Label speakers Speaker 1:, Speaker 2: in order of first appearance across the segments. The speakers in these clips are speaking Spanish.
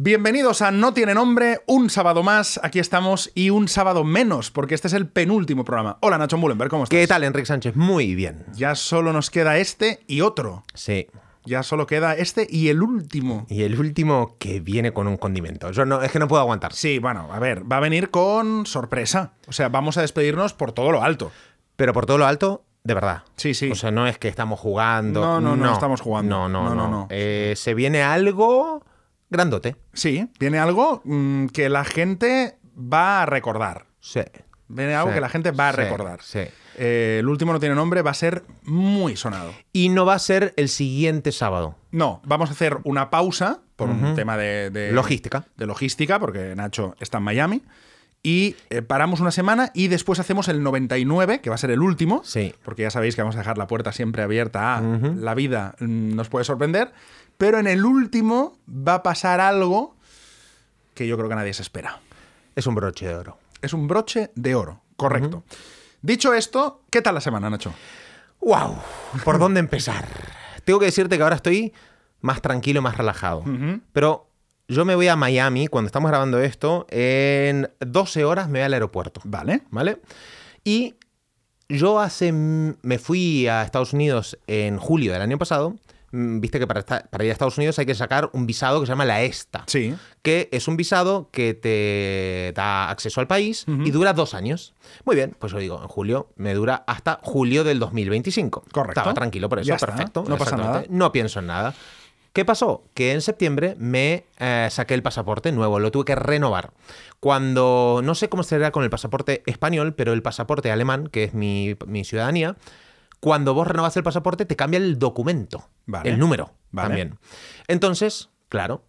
Speaker 1: Bienvenidos a No Tiene Nombre, un sábado más, aquí estamos y un sábado menos, porque este es el penúltimo programa. Hola Nacho Mullenberg, ¿cómo estás?
Speaker 2: ¿Qué tal, Enrique Sánchez? Muy bien.
Speaker 1: Ya solo nos queda este y otro.
Speaker 2: Sí.
Speaker 1: Ya solo queda este y el último.
Speaker 2: Y el último que viene con un condimento. Yo no, es que no puedo aguantar.
Speaker 1: Sí, bueno, a ver, va a venir con sorpresa. O sea, vamos a despedirnos por todo lo alto.
Speaker 2: Pero por todo lo alto, de verdad.
Speaker 1: Sí, sí.
Speaker 2: O sea, no es que estamos jugando.
Speaker 1: No, no, no estamos jugando.
Speaker 2: No, no,
Speaker 1: No,
Speaker 2: no.
Speaker 1: no, no.
Speaker 2: Eh, se viene algo grandote.
Speaker 1: Sí, viene algo mm, que la gente va a recordar.
Speaker 2: Sí.
Speaker 1: Viene algo
Speaker 2: Sí,
Speaker 1: que la gente va a
Speaker 2: sí,
Speaker 1: recordar.
Speaker 2: sí.
Speaker 1: Eh, el último no tiene nombre, va a ser muy sonado.
Speaker 2: Y no va a ser el siguiente sábado.
Speaker 1: No, vamos a hacer una pausa por un tema de, de-
Speaker 2: Logística.
Speaker 1: De logística, porque Nacho está en Miami. Y eh, paramos una semana y después hacemos el 99, que va a ser el último.
Speaker 2: Sí.
Speaker 1: Porque ya sabéis que vamos a dejar la puerta siempre abierta a la vida mm, nos puede sorprender. Pero en el último va a pasar algo que yo creo que nadie se espera.
Speaker 2: Es un broche de oro.
Speaker 1: Es un broche de oro, correcto. Dicho esto, ¿qué tal la semana, Nacho?
Speaker 2: ¡Wow! ¿Por dónde empezar? Tengo que decirte que ahora estoy más tranquilo, más relajado. Pero yo me voy a Miami cuando estamos grabando esto. En 12 horas me voy al aeropuerto.
Speaker 1: Vale.
Speaker 2: ¿Vale? Y yo hace. Me fui a Estados Unidos en julio del año pasado. Mm, Viste que para, esta- para ir a Estados Unidos hay que sacar un visado que se llama la E ESTA.
Speaker 1: Sí.
Speaker 2: Que es un visado que te da acceso al país y dura dos años. Muy bien, pues yo digo, en julio me dura hasta julio del 2025.
Speaker 1: Correcto.
Speaker 2: Estaba tranquilo por eso,
Speaker 1: Ya está,
Speaker 2: perfecto.
Speaker 1: no pasa
Speaker 2: exactamente. No pienso en nada. ¿Qué pasó? Que en septiembre me eh, saqué el pasaporte nuevo, lo tuve que renovar. Cuando, no sé cómo será con el pasaporte español, pero el pasaporte alemán, que es mi, mi ciudadanía, cuando vos renovas el pasaporte te cambia el documento,
Speaker 1: Vale.
Speaker 2: el número
Speaker 1: Vale.
Speaker 2: también. Entonces, claro,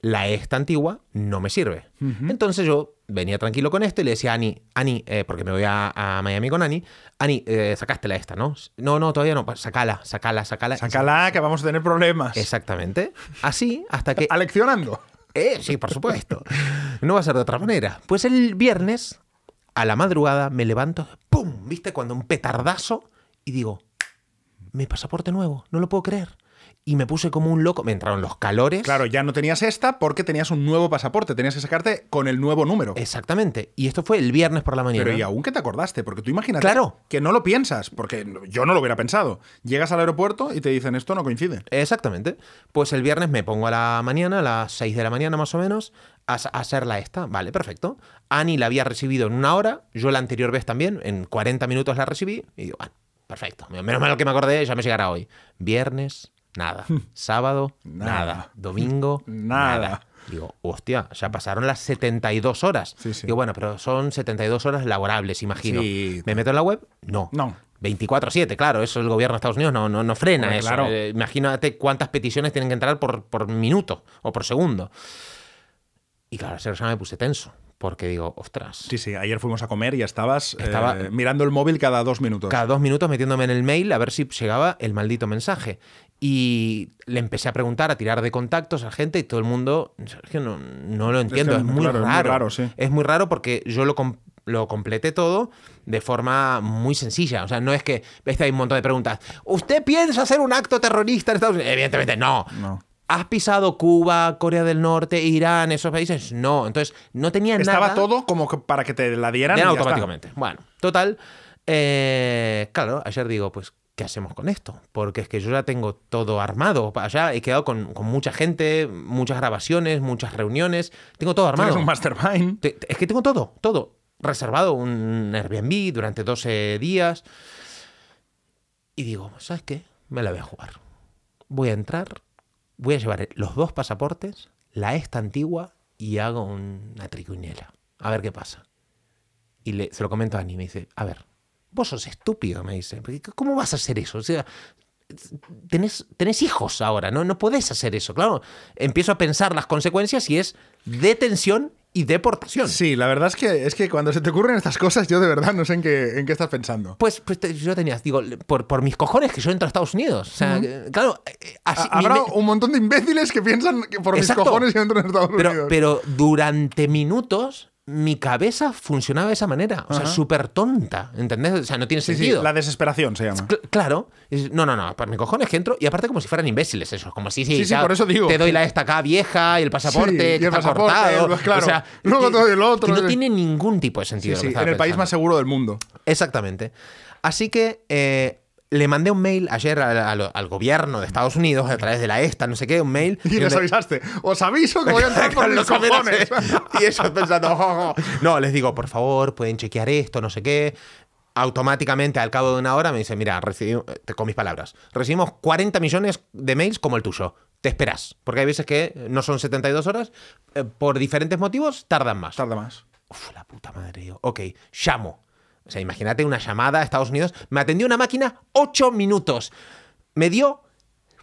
Speaker 2: la esta antigua no me sirve. Entonces yo venía tranquilo con esto y le decía a Ani, Ani, eh, porque me voy a, a Miami con Ani, Ani, eh, sacaste la esta, ¿no? No, no, todavía no, pa- sacala, sacala, sacala.
Speaker 1: Sácala, que vamos a tener problemas.
Speaker 2: Exactamente. Así hasta que...
Speaker 1: Aleccionando.
Speaker 2: Eh, sí, por supuesto. No va a ser de otra manera. Pues el viernes, a la madrugada, me levanto, ¡pum! ¿Viste? Cuando un petardazo y digo, mi pasaporte nuevo, no lo puedo creer. Y me puse como un loco, me entraron los calores.
Speaker 1: Claro, ya no tenías esta porque tenías un nuevo pasaporte, tenías que sacarte con el nuevo número.
Speaker 2: Exactamente. Y esto fue el viernes por la mañana.
Speaker 1: Pero y aún que te acordaste, porque tú imagínate
Speaker 2: Claro.
Speaker 1: que no lo piensas, porque yo no lo hubiera pensado. Llegas al aeropuerto y te dicen esto no coincide.
Speaker 2: Exactamente. Pues el viernes me pongo a la mañana, a las 6 de la mañana más o menos, a, s- a hacerla esta. Vale, perfecto. Ani la había recibido en una hora, yo la anterior vez también, en 40 minutos la recibí. Y digo, bueno, perfecto. Menos mal que me acordé, ya me llegará hoy. Viernes, nada. Sábado,
Speaker 1: Nada.
Speaker 2: nada. Domingo,
Speaker 1: Nada.
Speaker 2: nada. Digo, hostia, ya pasaron las 72 horas.
Speaker 1: Sí, sí.
Speaker 2: Digo, bueno, pero son 72 horas laborables, imagino.
Speaker 1: Sí.
Speaker 2: ¿Me meto en la web? No.
Speaker 1: No.
Speaker 2: 24-7, claro, eso el gobierno de Estados Unidos no, no, no frena
Speaker 1: Hombre,
Speaker 2: eso.
Speaker 1: Pues claro.
Speaker 2: Eh, imagínate cuántas peticiones tienen que entrar por, por minuto o por segundo. Y claro, eso ya me puse tenso, porque digo, ostras,
Speaker 1: Sí, sí, ayer fuimos a comer y estabas eh,
Speaker 2: Estaba-
Speaker 1: mirando el móvil cada dos minutos.
Speaker 2: cada dos minutos metiéndome en el mail a ver si llegaba el maldito mensaje. Y le empecé a preguntar, a tirar de contactos a gente y todo el mundo, es que no, no lo entiendo, es,
Speaker 1: claro,
Speaker 2: muy
Speaker 1: es muy
Speaker 2: raro.
Speaker 1: raro, sí.
Speaker 2: Es muy raro porque yo lo, com- lo completé todo de forma muy sencilla. O sea, no es que, este hay un montón de preguntas. ¿Usted piensa hacer un acto terrorista en Estados Unidos? Evidentemente no.
Speaker 1: No.
Speaker 2: ¿Has pisado Cuba, Corea del Norte, Irán, esos países? No. Entonces, no tenía
Speaker 1: Estaba
Speaker 2: nada.
Speaker 1: todo como que para que te la dieran.
Speaker 2: Ya
Speaker 1: y ya
Speaker 2: automáticamente. Bueno, total. eh, claro, ayer digo, pues, ¿qué hacemos con esto? Porque es que yo ya tengo todo armado. Allá he quedado con, con mucha gente, muchas grabaciones, muchas reuniones. Tengo todo
Speaker 1: está. Tienes
Speaker 2: armado.
Speaker 1: un mastermind.
Speaker 2: Te- te- es que tengo todo, todo. Reservado un Airbnb durante 12 días. Y digo, ¿sabes qué? Me la voy a jugar. Voy a entrar, voy a llevar los dos pasaportes, la esta antigua y hago una tricuñela. A ver qué pasa. Y le, se lo comento a Ani. Me dice, a ver, vos sos estúpido, me dice. porque c- ¿Cómo vas a hacer eso? O sea, tenés, tenés hijos ahora, ¿no? No podés hacer eso. Claro, empiezo a pensar las consecuencias y es detención y deportación.
Speaker 1: Sí, la verdad es que, es que cuando se te ocurren estas cosas, yo de verdad no sé en qué, en qué estás pensando.
Speaker 2: Pues, pues te- yo tenía, digo, le- por, por mis cojones que yo entro a Estados Unidos. O sea, que, claro, eh, eh, así,
Speaker 1: Ha-
Speaker 2: mi
Speaker 1: Habrá
Speaker 2: me-
Speaker 1: un montón de imbéciles que piensan que por
Speaker 2: Exacto.
Speaker 1: mis cojones yo entro en Estados
Speaker 2: pero,
Speaker 1: Unidos.
Speaker 2: pero durante minutos mi cabeza funcionaba de esa manera. O sea,
Speaker 1: Ajá.
Speaker 2: súper tonta, ¿entendés? O sea, no tiene
Speaker 1: Sí, sí,
Speaker 2: sentido.
Speaker 1: la desesperación se llama.
Speaker 2: Cl- claro. Es- No, no, no. Para mis cojones que entro. Y aparte como si fueran imbéciles esos. Como si, sí,
Speaker 1: Sí, sí,
Speaker 2: ya
Speaker 1: por eso digo.
Speaker 2: Te doy la estacada vieja y el pasaporte
Speaker 1: Sí, y
Speaker 2: que
Speaker 1: el
Speaker 2: está
Speaker 1: pasaporte,
Speaker 2: cortado.
Speaker 1: pues claro.
Speaker 2: O sea,
Speaker 1: Luego te doy el otro.
Speaker 2: que no tiene ningún tipo de
Speaker 1: Sí,
Speaker 2: sentido. lo
Speaker 1: sí,
Speaker 2: que
Speaker 1: en el
Speaker 2: estaba
Speaker 1: país
Speaker 2: pensando.
Speaker 1: más seguro del mundo.
Speaker 2: Exactamente. Así que eh, le mandé un mail ayer al, al- al gobierno de Estados Unidos a través de la ESTA, no sé qué, un mail.
Speaker 1: Y les
Speaker 2: donde-
Speaker 1: avisaste. Os aviso que voy a entrar por
Speaker 2: Con
Speaker 1: los
Speaker 2: los apenas-
Speaker 1: cojones.
Speaker 2: y ellos pensando, "Oh, oh". no, les digo, por favor, pueden chequear esto, no sé qué. Automáticamente, al cabo de una hora, me dice, mira, recibimos, con mis palabras, recibimos 40 millones de mails como el tuyo. Te esperas, porque hay veces que no son 72 horas, eh, por diferentes motivos tardan más.
Speaker 1: Tarda más.
Speaker 2: Uf, la puta madre, yo. Ok, llamo. O sea, imagínate una llamada a Estados Unidos. Me atendió una máquina 8 minutos. Me dio,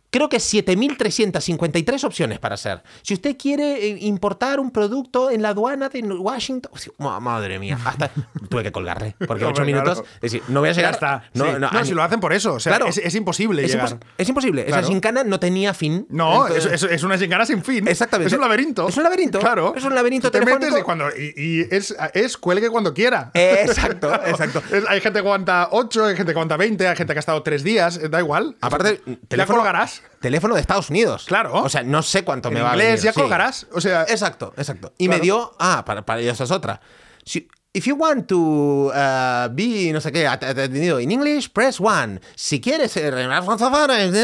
Speaker 2: creo que 7.353 opciones para hacer. Si usted quiere eh, importar un producto en la aduana de Washington... Uf, ma- madre mía, hasta tuve que colgarle. Porque
Speaker 1: Hombre,
Speaker 2: 8 minutos...
Speaker 1: claro.
Speaker 2: Es decir, no voy a
Speaker 1: Ya
Speaker 2: llegar...
Speaker 1: está.
Speaker 2: No,
Speaker 1: Sí.
Speaker 2: no, a
Speaker 1: No,
Speaker 2: ni-
Speaker 1: si lo hacen por eso. O sea,
Speaker 2: Claro.
Speaker 1: es, es imposible
Speaker 2: es,
Speaker 1: llegar.
Speaker 2: impos- es imposible.
Speaker 1: Claro.
Speaker 2: Esa gincana no tenía fin.
Speaker 1: No,
Speaker 2: Entonces-
Speaker 1: es, es- es una chingada sin fin.
Speaker 2: Exactamente.
Speaker 1: Es un laberinto.
Speaker 2: Es un laberinto.
Speaker 1: Claro.
Speaker 2: Es un laberinto
Speaker 1: Tú te
Speaker 2: telefónico.
Speaker 1: metes y, cuando, y, y es, es cuelgue cuando quiera.
Speaker 2: Exacto, exacto.
Speaker 1: Es- hay gente que aguanta 8, hay gente que aguanta 20, hay gente que ha estado 3 días, eh, da igual.
Speaker 2: Aparte,
Speaker 1: ya colgarás.
Speaker 2: Teléfono de Estados Unidos.
Speaker 1: Claro.
Speaker 2: O sea, no sé cuánto
Speaker 1: En
Speaker 2: me va a
Speaker 1: inglés,
Speaker 2: venir,
Speaker 1: ya
Speaker 2: sí.
Speaker 1: colgarás. O sea,
Speaker 2: Exacto, exacto. Y
Speaker 1: Claro.
Speaker 2: me dio, ah, para, para ellos es otra. Si, if you want to uh, be, no sé qué, at- atendido en English, press one. Si quieres ser... Y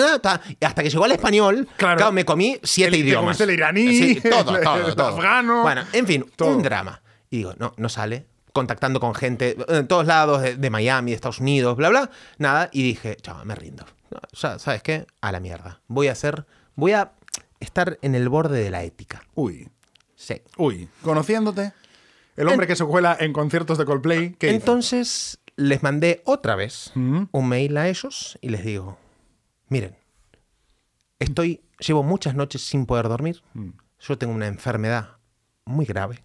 Speaker 2: hasta que llegó al español,
Speaker 1: Claro.
Speaker 2: claro, me comí siete
Speaker 1: El- te
Speaker 2: idiomas.
Speaker 1: comiste el iraní,
Speaker 2: Sí, todo,
Speaker 1: el-
Speaker 2: todo,
Speaker 1: el
Speaker 2: todo.
Speaker 1: afgano,
Speaker 2: Bueno, en fin,
Speaker 1: todo.
Speaker 2: un drama. Y digo, no, no sale. Contactando con gente eh, en todos lados, de, de Miami, de Estados Unidos, bla, bla. Nada. Y dije, chaval, me rindo. No, ya, ¿Sabes qué? A la mierda. Voy a hacer. Voy a estar en el borde de la ética.
Speaker 1: uy,
Speaker 2: Sí.
Speaker 1: uy. Conociéndote, el hombre que se cuela en conciertos de Coldplay. ¿qué Mm. hizo?
Speaker 2: Entonces les mandé otra vez un mail a ellos y les digo, miren, estoy, llevo muchas noches sin poder dormir,
Speaker 1: Mm.
Speaker 2: yo tengo una enfermedad muy grave.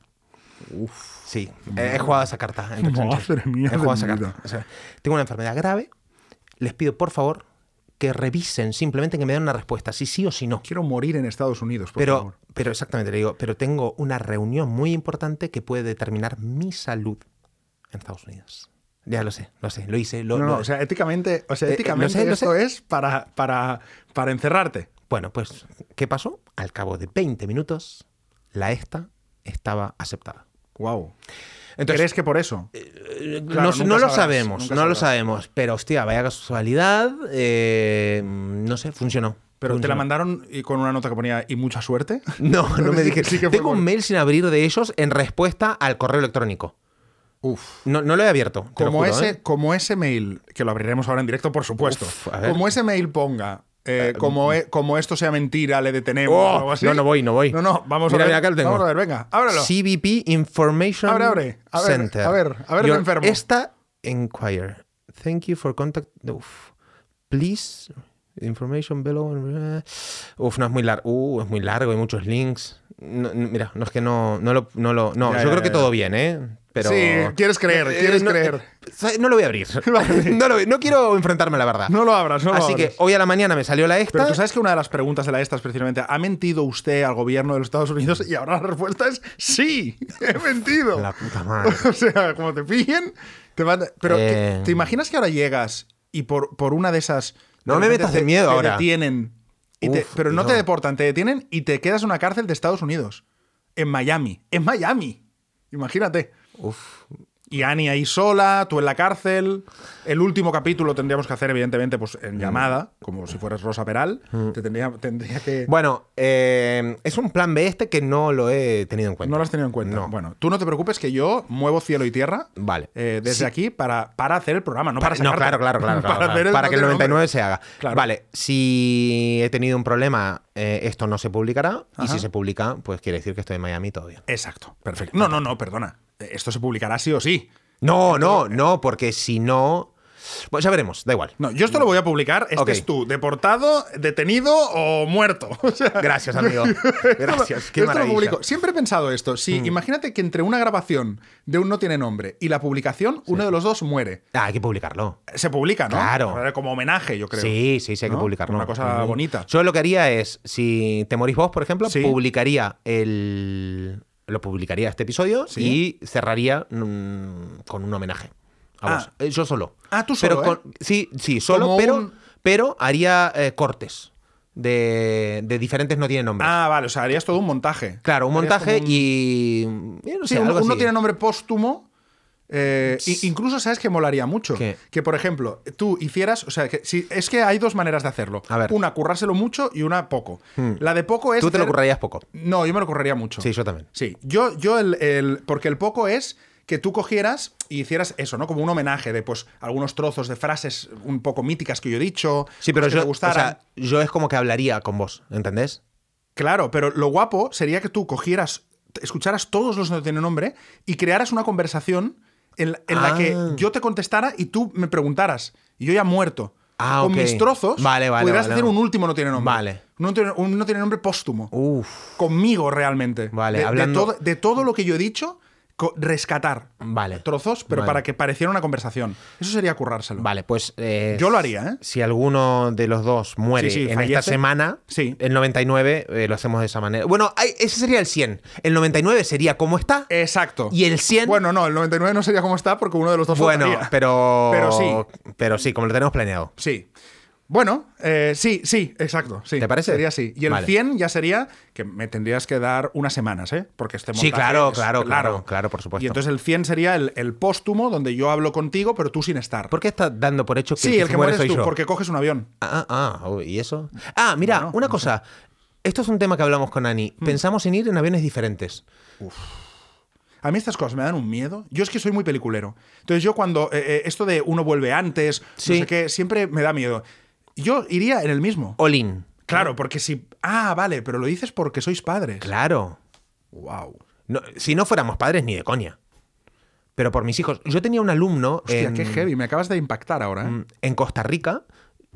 Speaker 2: Sí, he, he jugado a esa carta. entre chanchos.
Speaker 1: Madre mía
Speaker 2: He jugado a
Speaker 1: de
Speaker 2: esa
Speaker 1: mi
Speaker 2: carta.
Speaker 1: vida.
Speaker 2: O sea, tengo una enfermedad grave, les pido por favor que revisen, simplemente que me den una respuesta, si sí o si no.
Speaker 1: Quiero morir en Estados Unidos, por
Speaker 2: Pero,
Speaker 1: favor.
Speaker 2: pero exactamente, le digo, pero tengo una reunión muy importante que puede determinar mi salud en Estados Unidos. Ya lo sé, lo sé, lo hice. Lo,
Speaker 1: No, no,
Speaker 2: lo-
Speaker 1: o sea, éticamente, o sea,
Speaker 2: Eh, eh,
Speaker 1: éticamente
Speaker 2: lo sé,
Speaker 1: esto
Speaker 2: lo
Speaker 1: es para, para, para encerrarte.
Speaker 2: Bueno, pues, ¿qué pasó? Al cabo de 20 minutos, la esta estaba aceptada.
Speaker 1: Wow.
Speaker 2: Entonces,
Speaker 1: ¿Crees que por eso?
Speaker 2: eh,
Speaker 1: claro,
Speaker 2: no,
Speaker 1: nunca
Speaker 2: no lo
Speaker 1: sabrás,
Speaker 2: sabemos,
Speaker 1: nunca
Speaker 2: no lo
Speaker 1: sabrás.
Speaker 2: sabemos, pero hostia, vaya casualidad, eh, no sé, funcionó.
Speaker 1: Pero te la
Speaker 2: funcionó.
Speaker 1: mandaron y con una nota que ponía y mucha suerte.
Speaker 2: No, no me
Speaker 1: Sí,
Speaker 2: dije.
Speaker 1: sí que fue
Speaker 2: Tengo
Speaker 1: bueno.
Speaker 2: un mail sin abrir de ellos en respuesta al correo electrónico.
Speaker 1: Uf.
Speaker 2: No, no lo he abierto. te lo
Speaker 1: Como,
Speaker 2: juro,
Speaker 1: ese,
Speaker 2: ¿eh?
Speaker 1: como ese mail, que lo abriremos ahora en directo, por supuesto.
Speaker 2: Uf, a ver. mm.
Speaker 1: como ese mail ponga, eh, como, e- como esto sea mentira, le detenemos
Speaker 2: Oh,
Speaker 1: o algo así.
Speaker 2: no, no voy, no voy.
Speaker 1: No, no, vamos
Speaker 2: Mira,
Speaker 1: a ver.
Speaker 2: mira, acá lo tengo.
Speaker 1: Vamos a ver, venga, ábrelo.
Speaker 2: CBP Information
Speaker 1: Abre, abre. A ver,
Speaker 2: Center.
Speaker 1: a ver, a ver de enfermo.
Speaker 2: Esta Enquire. Thank you for contact. Uf. Please. Information below. Uf, no es muy largo. Uh, es muy largo, hay muchos links. No, no, mira, no es que no, no lo. No, lo, no
Speaker 1: Ya,
Speaker 2: yo
Speaker 1: ya,
Speaker 2: creo que
Speaker 1: ya,
Speaker 2: todo bien, ¿eh? Pero...
Speaker 1: Sí, quieres creer, quieres
Speaker 2: no,
Speaker 1: creer.
Speaker 2: eh, ¿sabes? no lo voy a abrir. no, lo voy- no quiero enfrentarme a la verdad.
Speaker 1: No lo abras, no lo
Speaker 2: Así que
Speaker 1: abras.
Speaker 2: hoy a la mañana me salió la esta.
Speaker 1: Pero tú sabes que una de las preguntas de la esta es precisamente, ¿ha mentido usted al gobierno de los Estados Unidos? Y ahora la respuesta es sí, he mentido.
Speaker 2: La puta madre.
Speaker 1: O sea, como te pillen, te van... Pero ¿te-
Speaker 2: Eh.
Speaker 1: ¿te imaginas que ahora llegas y por, por una de esas...
Speaker 2: No
Speaker 1: de
Speaker 2: me
Speaker 1: repente
Speaker 2: metas de
Speaker 1: te-
Speaker 2: miedo
Speaker 1: te
Speaker 2: ahora.
Speaker 1: detienen. y te-
Speaker 2: Uf,
Speaker 1: pero no
Speaker 2: no.
Speaker 1: te deportan, te detienen y te quedas en una cárcel de Estados Unidos. En Miami. En Miami. Imagínate.
Speaker 2: Uf.
Speaker 1: Y Annie ahí sola, tú en la cárcel. El último capítulo tendríamos que hacer, evidentemente, pues
Speaker 2: Mm.
Speaker 1: en llamada, como si fueras Rosa Peral. Te tendría, tendría que.
Speaker 2: Bueno, eh, es un plan B este que no lo he tenido en cuenta.
Speaker 1: no lo has tenido en cuenta.
Speaker 2: No.
Speaker 1: Bueno, tú no te preocupes que yo muevo cielo y tierra
Speaker 2: Vale.
Speaker 1: eh, desde
Speaker 2: Sí.
Speaker 1: aquí para, para hacer el programa, no para
Speaker 2: no,
Speaker 1: sacarte.
Speaker 2: claro, claro, claro. claro, claro.
Speaker 1: para
Speaker 2: para,
Speaker 1: hacer el
Speaker 2: que el
Speaker 1: no tiene
Speaker 2: 99
Speaker 1: nombre.
Speaker 2: se haga.
Speaker 1: Claro.
Speaker 2: Vale, si he tenido un problema, eh, esto no se publicará. Y
Speaker 1: Ajá.
Speaker 2: si se publica, pues quiere decir que estoy en Miami todavía.
Speaker 1: Exacto, perfecto. No, no, no, perdona. Esto se publicará sí o sí.
Speaker 2: No, no, no, porque si no. Bueno, ya veremos, da igual.
Speaker 1: No, yo esto lo voy a publicar. Este
Speaker 2: Ok.
Speaker 1: es tú, deportado, detenido o muerto. O sea,
Speaker 2: Gracias, amigo. Gracias.
Speaker 1: Esto
Speaker 2: Qué
Speaker 1: lo
Speaker 2: maravilla. Mm.
Speaker 1: publico. Siempre he pensado esto. Si imagínate que entre una grabación de un no tiene nombre y la publicación, uno de los dos muere.
Speaker 2: Ah, hay que publicarlo.
Speaker 1: Se publica, ¿no?
Speaker 2: Claro.
Speaker 1: Como homenaje, yo creo.
Speaker 2: Sí, sí, sí, hay
Speaker 1: ¿No?
Speaker 2: que publicarlo.
Speaker 1: Una cosa
Speaker 2: Ujú.
Speaker 1: bonita.
Speaker 2: Yo lo que haría es, si te morís vos, por ejemplo,
Speaker 1: Sí.
Speaker 2: publicaría el, lo publicaría este episodio
Speaker 1: Sí.
Speaker 2: y cerraría mm, con un homenaje. A vos.
Speaker 1: Ah.
Speaker 2: Eh, Yo solo.
Speaker 1: Ah, tú
Speaker 2: Pero
Speaker 1: solo, ¿eh?
Speaker 2: con- Sí, sí, solo,
Speaker 1: Como
Speaker 2: pero,
Speaker 1: un-
Speaker 2: pero haría eh, cortes de, de diferentes no tienen nombre.
Speaker 1: Ah, vale, o sea, harías todo un montaje.
Speaker 2: claro, un
Speaker 1: Harías
Speaker 2: montaje
Speaker 1: como un-
Speaker 2: y. y no
Speaker 1: Sí,
Speaker 2: sé,
Speaker 1: uno,
Speaker 2: algo
Speaker 1: uno
Speaker 2: así.
Speaker 1: tiene nombre póstumo. eh, i- incluso sabes que molaría mucho
Speaker 2: ¿Qué?
Speaker 1: que por ejemplo tú hicieras o sea que si, es que hay dos maneras de hacerlo
Speaker 2: A ver. Hmm.
Speaker 1: una currárselo mucho y una poco la de poco es
Speaker 2: Tú te lo
Speaker 1: hacer-
Speaker 2: currarías poco.
Speaker 1: este no yo me lo curraría mucho
Speaker 2: Sí, yo también.
Speaker 1: Sí, yo, yo el, el- Porque el poco es que tú cogieras y hicieras eso, ¿no? Como un homenaje de, pues, algunos trozos de frases un poco míticas que yo he dicho.
Speaker 2: Sí, pero
Speaker 1: cosas que
Speaker 2: yo.
Speaker 1: te
Speaker 2: O
Speaker 1: gustaran.
Speaker 2: sea, yo es como que hablaría con vos, ¿entendés?
Speaker 1: Claro, pero lo guapo sería que tú cogieras, escucharas todos los que no tienen nombre y crearas una conversación en, en la
Speaker 2: Ah.
Speaker 1: que yo te contestara y tú me preguntaras. Y yo ya muerto.
Speaker 2: Ah,
Speaker 1: Con
Speaker 2: ok.
Speaker 1: mis trozos
Speaker 2: Vale, vale,
Speaker 1: pudieras
Speaker 2: vale.
Speaker 1: hacer un último no tiene nombre.
Speaker 2: Vale.
Speaker 1: Un no tiene, un no tiene nombre póstumo.
Speaker 2: Uf.
Speaker 1: Conmigo realmente.
Speaker 2: Vale,
Speaker 1: De- de
Speaker 2: hablando-
Speaker 1: todo- de todo lo que yo he dicho, co- rescatar.
Speaker 2: Vale.
Speaker 1: trozos, pero
Speaker 2: Vale.
Speaker 1: para que pareciera una conversación. Eso sería currárselo.
Speaker 2: Vale, pues. eh,
Speaker 1: Yo lo haría, ¿eh?
Speaker 2: Si alguno de los dos muere
Speaker 1: Sí, sí,
Speaker 2: en esta
Speaker 1: fallece.
Speaker 2: semana,
Speaker 1: Sí.
Speaker 2: el 99 eh, lo hacemos de esa manera. Bueno, ay, ese sería el 100. El 99 sería como está.
Speaker 1: Exacto.
Speaker 2: Y el 100.
Speaker 1: Eh, Bueno, no, el 99 no sería como está porque uno de los dos
Speaker 2: Bueno,
Speaker 1: faltaría.
Speaker 2: pero.
Speaker 1: Pero sí.
Speaker 2: Pero sí, como lo tenemos planeado.
Speaker 1: Sí. Bueno, eh, sí, sí, exacto. sí.
Speaker 2: ¿Te parece?
Speaker 1: Sería así. Y el
Speaker 2: Vale.
Speaker 1: 100 ya sería que me tendrías que dar unas semanas, ¿eh? Porque este
Speaker 2: Sí,
Speaker 1: montaje
Speaker 2: claro,
Speaker 1: es
Speaker 2: claro, claro,
Speaker 1: largo.
Speaker 2: claro, por supuesto.
Speaker 1: Y entonces el 100 sería el, el póstumo donde yo hablo contigo, pero tú sin estar.
Speaker 2: ¿Por qué estás dando por hecho que
Speaker 1: sí, el que
Speaker 2: muere
Speaker 1: mueres
Speaker 2: soy
Speaker 1: tú,
Speaker 2: yo?
Speaker 1: porque coges un avión.
Speaker 2: Ah, ah, ah, uy, ¿y eso? Ah, mira,
Speaker 1: Bueno,
Speaker 2: una
Speaker 1: no Mm.
Speaker 2: cosa. Esto es un tema que hablamos con Ani. Pensamos en ir en aviones diferentes.
Speaker 1: A mí estas cosas me dan un miedo. Yo es que soy muy peliculero. Entonces yo cuando eh, eh, esto de uno vuelve antes,
Speaker 2: Sí.
Speaker 1: no sé qué, siempre me da miedo. Yo iría en el mismo.
Speaker 2: Olin.
Speaker 1: Claro, porque si... Ah, vale, pero lo dices porque sois padres.
Speaker 2: Claro.
Speaker 1: Wow.
Speaker 2: No, si no fuéramos padres, ni de coña. Pero por mis hijos. Yo tenía un alumno
Speaker 1: Hostia,
Speaker 2: en,
Speaker 1: qué heavy. Me acabas de impactar ahora. ¿eh?
Speaker 2: en Costa Rica.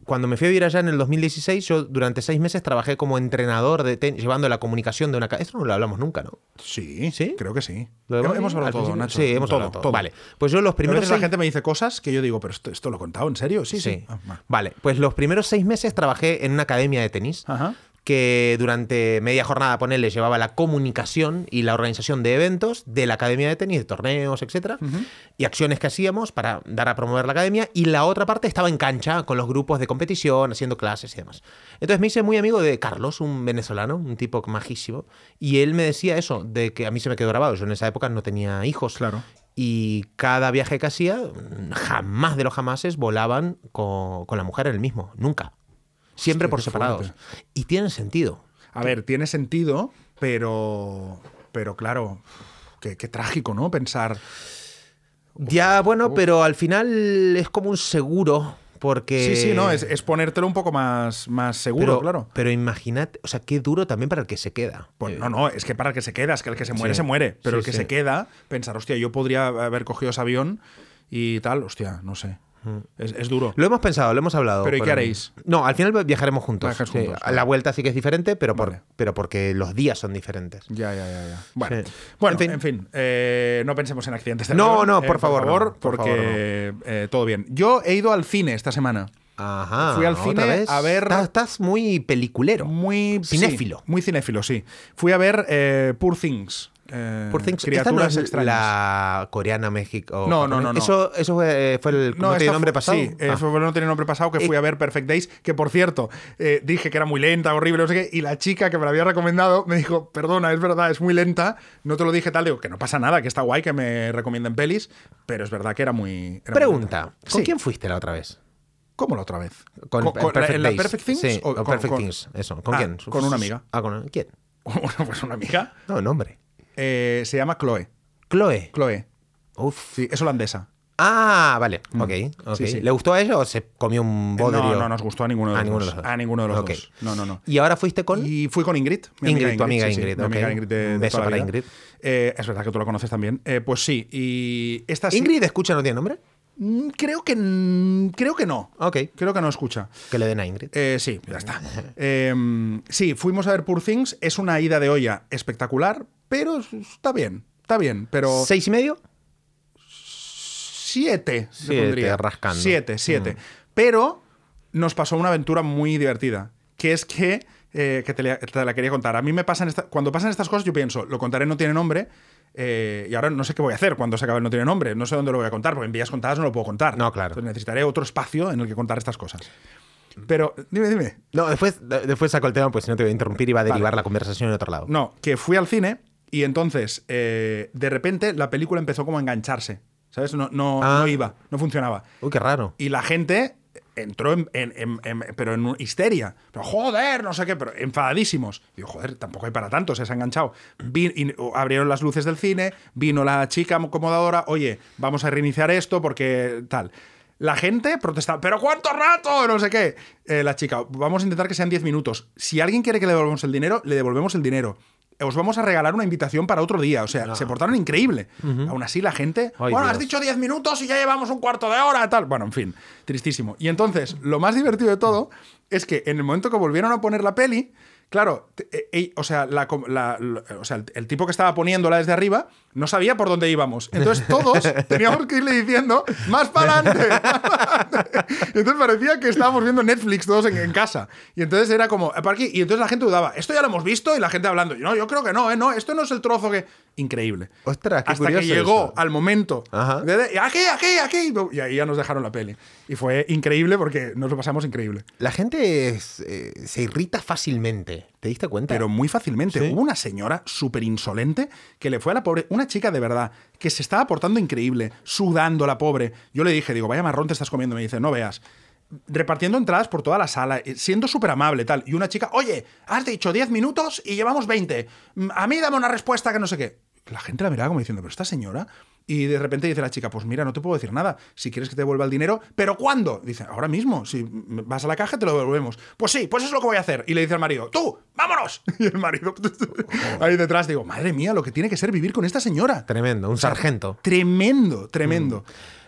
Speaker 2: Cuando me fui a vivir allá en el 2016, yo durante seis meses trabajé como entrenador de tenis, llevando la comunicación de una... ca- Esto no lo hablamos nunca, ¿no?
Speaker 1: Sí,
Speaker 2: ¿Sí?
Speaker 1: creo que sí.
Speaker 2: Lo de
Speaker 1: Hem-
Speaker 2: Bali,
Speaker 1: hemos hablado
Speaker 2: al
Speaker 1: todo,
Speaker 2: principio.
Speaker 1: Nacho.
Speaker 2: Sí, hemos
Speaker 1: Todo,
Speaker 2: hablado todo.
Speaker 1: todo.
Speaker 2: Vale. Pues yo
Speaker 1: Pero
Speaker 2: los
Speaker 1: a
Speaker 2: primeros
Speaker 1: veces la
Speaker 2: seis...
Speaker 1: gente me dice cosas que yo digo, pero esto, esto lo he contado en serio. Sí, sí.
Speaker 2: Sí.
Speaker 1: Ah, va.
Speaker 2: Vale, pues los primeros seis meses trabajé en una academia de tenis
Speaker 1: Ajá.
Speaker 2: que durante media jornada, ponerle, llevaba la comunicación y la organización de eventos de la academia de tenis, de torneos, etcétera, y acciones que hacíamos para dar a promover la academia. Y la otra parte estaba en cancha con los grupos de competición, haciendo clases y demás. Entonces me hice muy amigo de Carlos, un venezolano, un tipo majísimo, y él me decía eso, de que a mí se me quedó grabado. Yo en esa época no tenía hijos.
Speaker 1: Claro.
Speaker 2: Y cada viaje que hacía, jamás de los jamases volaban con, con la mujer en el mismo. Nunca. Siempre
Speaker 1: Hostia,
Speaker 2: por
Speaker 1: qué
Speaker 2: separados.
Speaker 1: fuerte.
Speaker 2: Y tiene sentido.
Speaker 1: A ver, tiene sentido, pero. Pero claro, qué, qué trágico, ¿no? Pensar.
Speaker 2: Ya, bueno, pero al final es como un seguro. Porque.
Speaker 1: Sí, sí, no, es, es ponértelo un poco más, más seguro,
Speaker 2: pero,
Speaker 1: claro.
Speaker 2: Pero imagínate, o sea, qué duro también para el que se queda.
Speaker 1: Pues, no, no, es que para el que se queda, es que el que se muere,
Speaker 2: eh, Sí.
Speaker 1: se muere. Pero
Speaker 2: Sí,
Speaker 1: el que
Speaker 2: sí.
Speaker 1: se queda, pensar, hostia, yo podría haber cogido ese avión y tal, hostia, no sé. Es, es duro.
Speaker 2: Mm. Lo hemos pensado, lo hemos hablado.
Speaker 1: Pero, ¿y qué haréis?
Speaker 2: No, al final viajaremos juntos.
Speaker 1: Viajas
Speaker 2: Sí,
Speaker 1: juntos,
Speaker 2: a la vuelta sí que es diferente, pero, por,
Speaker 1: Vale.
Speaker 2: pero porque los días son diferentes.
Speaker 1: Ya, ya, ya, ya. Bueno,
Speaker 2: Sí.
Speaker 1: bueno
Speaker 2: En
Speaker 1: en
Speaker 2: fin.
Speaker 1: fin, eh, no pensemos en accidentes. de
Speaker 2: No,
Speaker 1: avión,
Speaker 2: no,
Speaker 1: eh,
Speaker 2: por favor, no, por
Speaker 1: porque eh, todo bien. Yo he ido al cine esta semana.
Speaker 2: Ajá.
Speaker 1: Fui al
Speaker 2: ¿otra
Speaker 1: cine
Speaker 2: vez?
Speaker 1: a ver- Mm,
Speaker 2: Estás, estás muy peliculero.
Speaker 1: Muy sí,
Speaker 2: Cinéfilo.
Speaker 1: muy cinéfilo, sí. Fui a ver eh, Poor Things. eh,
Speaker 2: Por Things- esta no
Speaker 1: criaturas
Speaker 2: es
Speaker 1: extrañas.
Speaker 2: la coreana México.
Speaker 1: No,
Speaker 2: japonesa.
Speaker 1: no, no, no.
Speaker 2: Eso, eso fue, fue el no,
Speaker 1: esta
Speaker 2: tiene
Speaker 1: fue-
Speaker 2: nombre pasado.
Speaker 1: Sí, eh,
Speaker 2: Ah. Eh.
Speaker 1: fue No tiene nombre pasado, que fui a ver Perfect Days, que por cierto, eh, dije que era muy lenta, horrible, no sé qué, y la chica que me la había recomendado me dijo, perdona, es verdad, es muy lenta, no te lo dije tal, digo, que no pasa nada, que está guay que me recomienden pelis, pero es verdad que era muy... era muy
Speaker 2: Pregunta,
Speaker 1: lenta.
Speaker 2: ¿con
Speaker 1: Sí.
Speaker 2: quién fuiste la otra vez?
Speaker 1: ¿Cómo la otra vez?
Speaker 2: Con,
Speaker 1: la-
Speaker 2: Perfect
Speaker 1: en la
Speaker 2: Days.
Speaker 1: Perfect Things?
Speaker 2: Sí,
Speaker 1: o
Speaker 2: con
Speaker 1: con-
Speaker 2: Perfect
Speaker 1: con-
Speaker 2: Things, eso. ¿Con
Speaker 1: Ah,
Speaker 2: quién?
Speaker 1: con una amiga.
Speaker 2: Ah, con una- ¿Quién?
Speaker 1: Bueno, pues una amiga.
Speaker 2: No, nombre.
Speaker 1: Eh, se llama Chloe.
Speaker 2: Chloe.
Speaker 1: Chloe.
Speaker 2: Uf.
Speaker 1: Sí, es holandesa.
Speaker 2: Ah, vale. Ok, ok.
Speaker 1: Mm. Sí, sí.
Speaker 2: ¿Le gustó a ella o se comió un bodrio?
Speaker 1: No, no nos gustó a ninguno de los,
Speaker 2: A ninguno de
Speaker 1: dos.
Speaker 2: los dos.
Speaker 1: A ninguno de los
Speaker 2: Ok.
Speaker 1: dos. No, no, no.
Speaker 2: ¿Y ahora fuiste con...?
Speaker 1: Y fui con Ingrid. mi
Speaker 2: Ingrid, tu amiga
Speaker 1: sí, sí,
Speaker 2: Ingrid,
Speaker 1: mi
Speaker 2: ok.
Speaker 1: amiga Ingrid de- de
Speaker 2: Un beso
Speaker 1: toda la
Speaker 2: para
Speaker 1: vida.
Speaker 2: Ingrid.
Speaker 1: Eh, es verdad que tú la conoces también. Eh, pues sí, y esta ah, sí-
Speaker 2: ¿Ingrid escucha no tiene nombre?
Speaker 1: Mm, Creo que, n- creo que no.
Speaker 2: Ok.
Speaker 1: Creo que no escucha.
Speaker 2: Que le den a Ingrid.
Speaker 1: Eh, sí, ya está. Em, sí, fuimos a ver Poor Things. Es una ida de olla espectacular, pero está bien. Está bien, pero...
Speaker 2: ¿Seis y medio?
Speaker 1: siete, le
Speaker 2: Siete,
Speaker 1: pondría.
Speaker 2: rascando. Mm.
Speaker 1: Siete, siete. Pero nos pasó una aventura muy divertida, que es que eh, que te, la- te la quería contar. A mí me pasan esta- cuando pasan estas cosas, yo pienso, lo contaré, no tiene nombre. eh, y ahora no sé qué voy a hacer cuando se acabe el no tiene nombre. No sé dónde lo voy a contar, porque en vías contadas no lo puedo contar.
Speaker 2: No, claro.
Speaker 1: Entonces necesitaré otro espacio en el que contar estas cosas. Pero, dime, dime.
Speaker 2: No, después, de- después saco el tema, pues si no te voy a interrumpir y va a derivar
Speaker 1: Vale.
Speaker 2: la conversación en otro lado.
Speaker 1: No, que fui al cine y entonces, eh, de repente, la película empezó como a engancharse. ¿Sabes? No, no,
Speaker 2: Ah.
Speaker 1: no iba, no funcionaba.
Speaker 2: Uy, qué raro.
Speaker 1: Y la gente entró en, en- en- en- pero en un- histeria. Pero, joder, no sé qué, pero enfadadísimos. Digo, joder, tampoco hay para tanto, se ha enganchado. Vi- y- o abrieron las luces del cine, vino la chica acomodadora, oye, vamos a reiniciar esto porque tal. La gente protestaba, pero ¿cuánto rato? No sé qué. Eh, la chica, vamos a intentar que sean 10 minutos. Si alguien quiere que le devolvamos el dinero, le devolvemos el dinero. Os vamos a regalar una invitación para otro día. O sea, se portaron increíble. Aún así, la gente.
Speaker 2: Ay,
Speaker 1: bueno, has
Speaker 2: Dios.
Speaker 1: dicho dicho 10 minutos y ya llevamos un cuarto de hora, tal. Bueno, en fin, tristísimo. Y entonces, lo más divertido de todo es que en el momento que volvieron a poner la peli, claro, te- eh, eh, o sea, la com- la- lo- o sea, el, el tipo que estaba poniéndola desde arriba no sabía por dónde íbamos. Entonces, todos teníamos que irle diciendo, más para adelante. Y entonces parecía que estábamos viendo Netflix todos en, en casa. Y entonces era como, "Eh, por aquí. Y entonces la gente dudaba, esto ya lo hemos visto y la gente hablando, no, yo creo que no, ¿eh? no, esto no es el trozo que... Increíble.
Speaker 2: Ostras, Ah, qué
Speaker 1: Hasta
Speaker 2: curioso
Speaker 1: que llegó
Speaker 2: eso.
Speaker 1: al momento.
Speaker 2: Ajá.
Speaker 1: de- de- aquí, aquí, aquí. Y ahí ya nos dejaron la peli. Y fue increíble porque nos lo pasamos increíble.
Speaker 2: La gente es, eh, se irrita fácilmente. ¿Te diste cuenta?
Speaker 1: Pero muy fácilmente.
Speaker 2: Sí.
Speaker 1: Hubo una señora súper insolente que le fue a la pobre, una chica de verdad, que se estaba portando increíble, sudando la pobre. Yo le dije, digo, vaya marrón te estás comiendo. Me dice, no veas. Repartiendo entradas por toda la sala, eh, siendo súper amable, tal. Y una chica, oye, has dicho 10 minutos y llevamos 20. Mm, A mí dame una respuesta que no sé qué. La gente la miraba como diciendo, pero esta señora. Y de repente dice la chica, pues mira, no te puedo decir nada. Si quieres que te devuelva el dinero, ¿pero cuándo? Dice, ahora mismo. Si m- vas a la caja, te lo devolvemos. Pues sí, pues eso es lo que voy a hacer. Y le dice al marido, tú, vámonos. Y el marido, ahí detrás, digo, madre mía, lo que tiene que ser vivir con esta señora.
Speaker 2: Tremendo, un sargento.
Speaker 1: Tremendo, tremendo.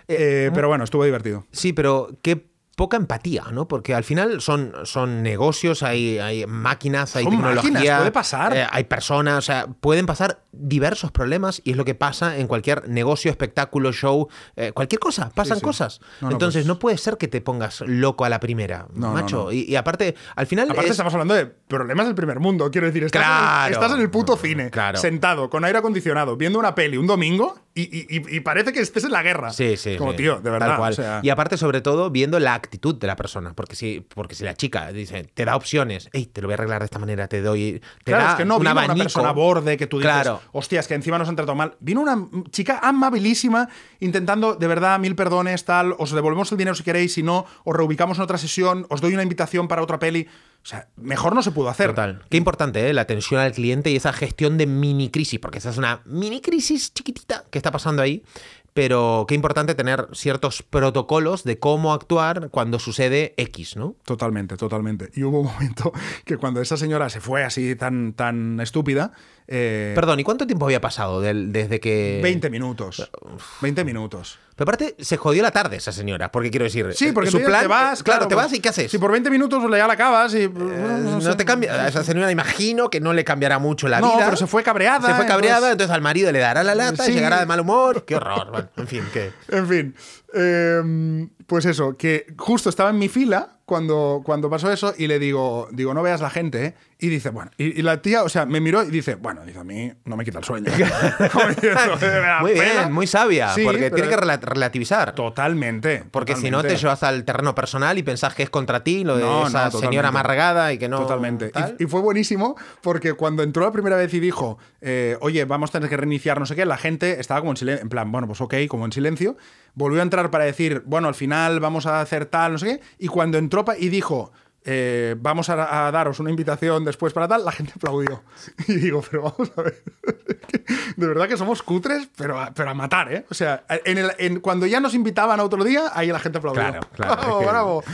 Speaker 1: Eh, pero bueno, estuvo divertido.
Speaker 2: Sí, pero qué poca empatía, ¿no? Porque al final son, son negocios, hay, hay máquinas, hay
Speaker 1: Son máquinas,
Speaker 2: tecnología.
Speaker 1: puede pasar.
Speaker 2: eh, hay personas, o sea, pueden pasar diversos problemas y es lo que pasa en cualquier negocio, espectáculo, show, eh, cualquier cosa, pasan
Speaker 1: sí.
Speaker 2: cosas.
Speaker 1: No, no,
Speaker 2: Entonces
Speaker 1: pues-
Speaker 2: no puede ser que te pongas loco a la primera,
Speaker 1: No, no,
Speaker 2: macho.
Speaker 1: no.
Speaker 2: Y, y aparte, al final...
Speaker 1: Aparte
Speaker 2: es-
Speaker 1: estamos hablando de problemas del primer mundo, quiero decir, estás, en, el,
Speaker 2: Claro.
Speaker 1: estás en el puto cine,
Speaker 2: Claro.
Speaker 1: sentado, con aire acondicionado, viendo una peli un domingo y, y- y- y parece que estés en la guerra.
Speaker 2: Sí, sí.
Speaker 1: Como
Speaker 2: sí.
Speaker 1: tío, de
Speaker 2: Tal
Speaker 1: verdad.
Speaker 2: cual.
Speaker 1: o sea,
Speaker 2: Y aparte, sobre todo, viendo la actitud de la persona. Porque si, porque si la chica dice, te da opciones, "Ey, te lo voy a arreglar de esta manera, te doy. Te
Speaker 1: claro,
Speaker 2: da
Speaker 1: es que no
Speaker 2: un
Speaker 1: vino
Speaker 2: abanico.
Speaker 1: una persona borde que tú dices,
Speaker 2: Claro.
Speaker 1: hostias, que encima nos han tratado mal. Vino una chica amabilísima intentando, de verdad, mil perdones, tal, os devolvemos el dinero si queréis, si no, os reubicamos en otra sesión, os doy una invitación para otra peli. O sea, mejor no se pudo hacer.
Speaker 2: Total. Qué importante, ¿eh? La atención al cliente y esa gestión de mini crisis, porque esa es una mini crisis chiquitita que está pasando ahí. Pero qué importante tener ciertos protocolos de cómo actuar cuando sucede X, ¿no?
Speaker 1: Totalmente, totalmente. Y hubo un momento que cuando esa señora se fue así tan, tan estúpida, eh,
Speaker 2: Perdón, ¿y cuánto tiempo había pasado del- desde que.
Speaker 1: 20 minutos. 20 minutos.
Speaker 2: Pero aparte, se jodió la tarde esa señora, porque quiero decir.
Speaker 1: Sí, porque
Speaker 2: Eh, su
Speaker 1: tú ya
Speaker 2: plan. eh,
Speaker 1: te vas.
Speaker 2: Claro, te
Speaker 1: pues,
Speaker 2: vas y ¿qué haces?
Speaker 1: Si por 20 minutos pues, ya la acabas y.
Speaker 2: Eh, no te cambia. A esa señora imagino que no le cambiará mucho la
Speaker 1: No,
Speaker 2: vida.
Speaker 1: pero se fue cabreada,
Speaker 2: Se fue cabreada,
Speaker 1: entonces-
Speaker 2: entonces, al marido le dará la lata
Speaker 1: Sí.
Speaker 2: y llegará de mal humor. Qué horror. Bueno, en fin, que.
Speaker 1: En fin. eh, pues eso, que justo estaba en mi fila cuando, cuando pasó eso y le digo, digo, no veas la gente, ¿eh? Y dice, bueno. Y, y la tía, o sea, me miró y dice, bueno, dice, a mí no me quita el sueño. Como diciendo, "Me la
Speaker 2: Muy
Speaker 1: pela".
Speaker 2: bien, muy sabia,
Speaker 1: Sí,
Speaker 2: porque
Speaker 1: pero-
Speaker 2: tiene que rela- relativizar.
Speaker 1: Totalmente.
Speaker 2: Porque si no te
Speaker 1: totalmente.
Speaker 2: llevas al terreno personal y pensás que es contra ti, lo de
Speaker 1: No, no,
Speaker 2: esa
Speaker 1: totalmente.
Speaker 2: señora amargada y que no.
Speaker 1: Totalmente.
Speaker 2: tal.
Speaker 1: Y, y fue buenísimo porque cuando entró la primera vez y dijo, eh, oye, vamos a tener que reiniciar, no sé qué, la gente estaba como en silencio, en plan, bueno, pues ok, como en silencio. Volvió a entrar para decir, bueno, al final vamos a hacer tal, no sé qué. Y cuando entró pa- y dijo, eh, vamos a, a daros una invitación después para tal, la gente aplaudió. Y digo, pero vamos a ver. De verdad que somos cutres, pero a, pero a matar, ¿eh? O sea, en el- en- cuando ya nos invitaban a otro día, ahí la gente aplaudió.
Speaker 2: Claro, claro,
Speaker 1: Bravo,
Speaker 2: es que-
Speaker 1: bravo.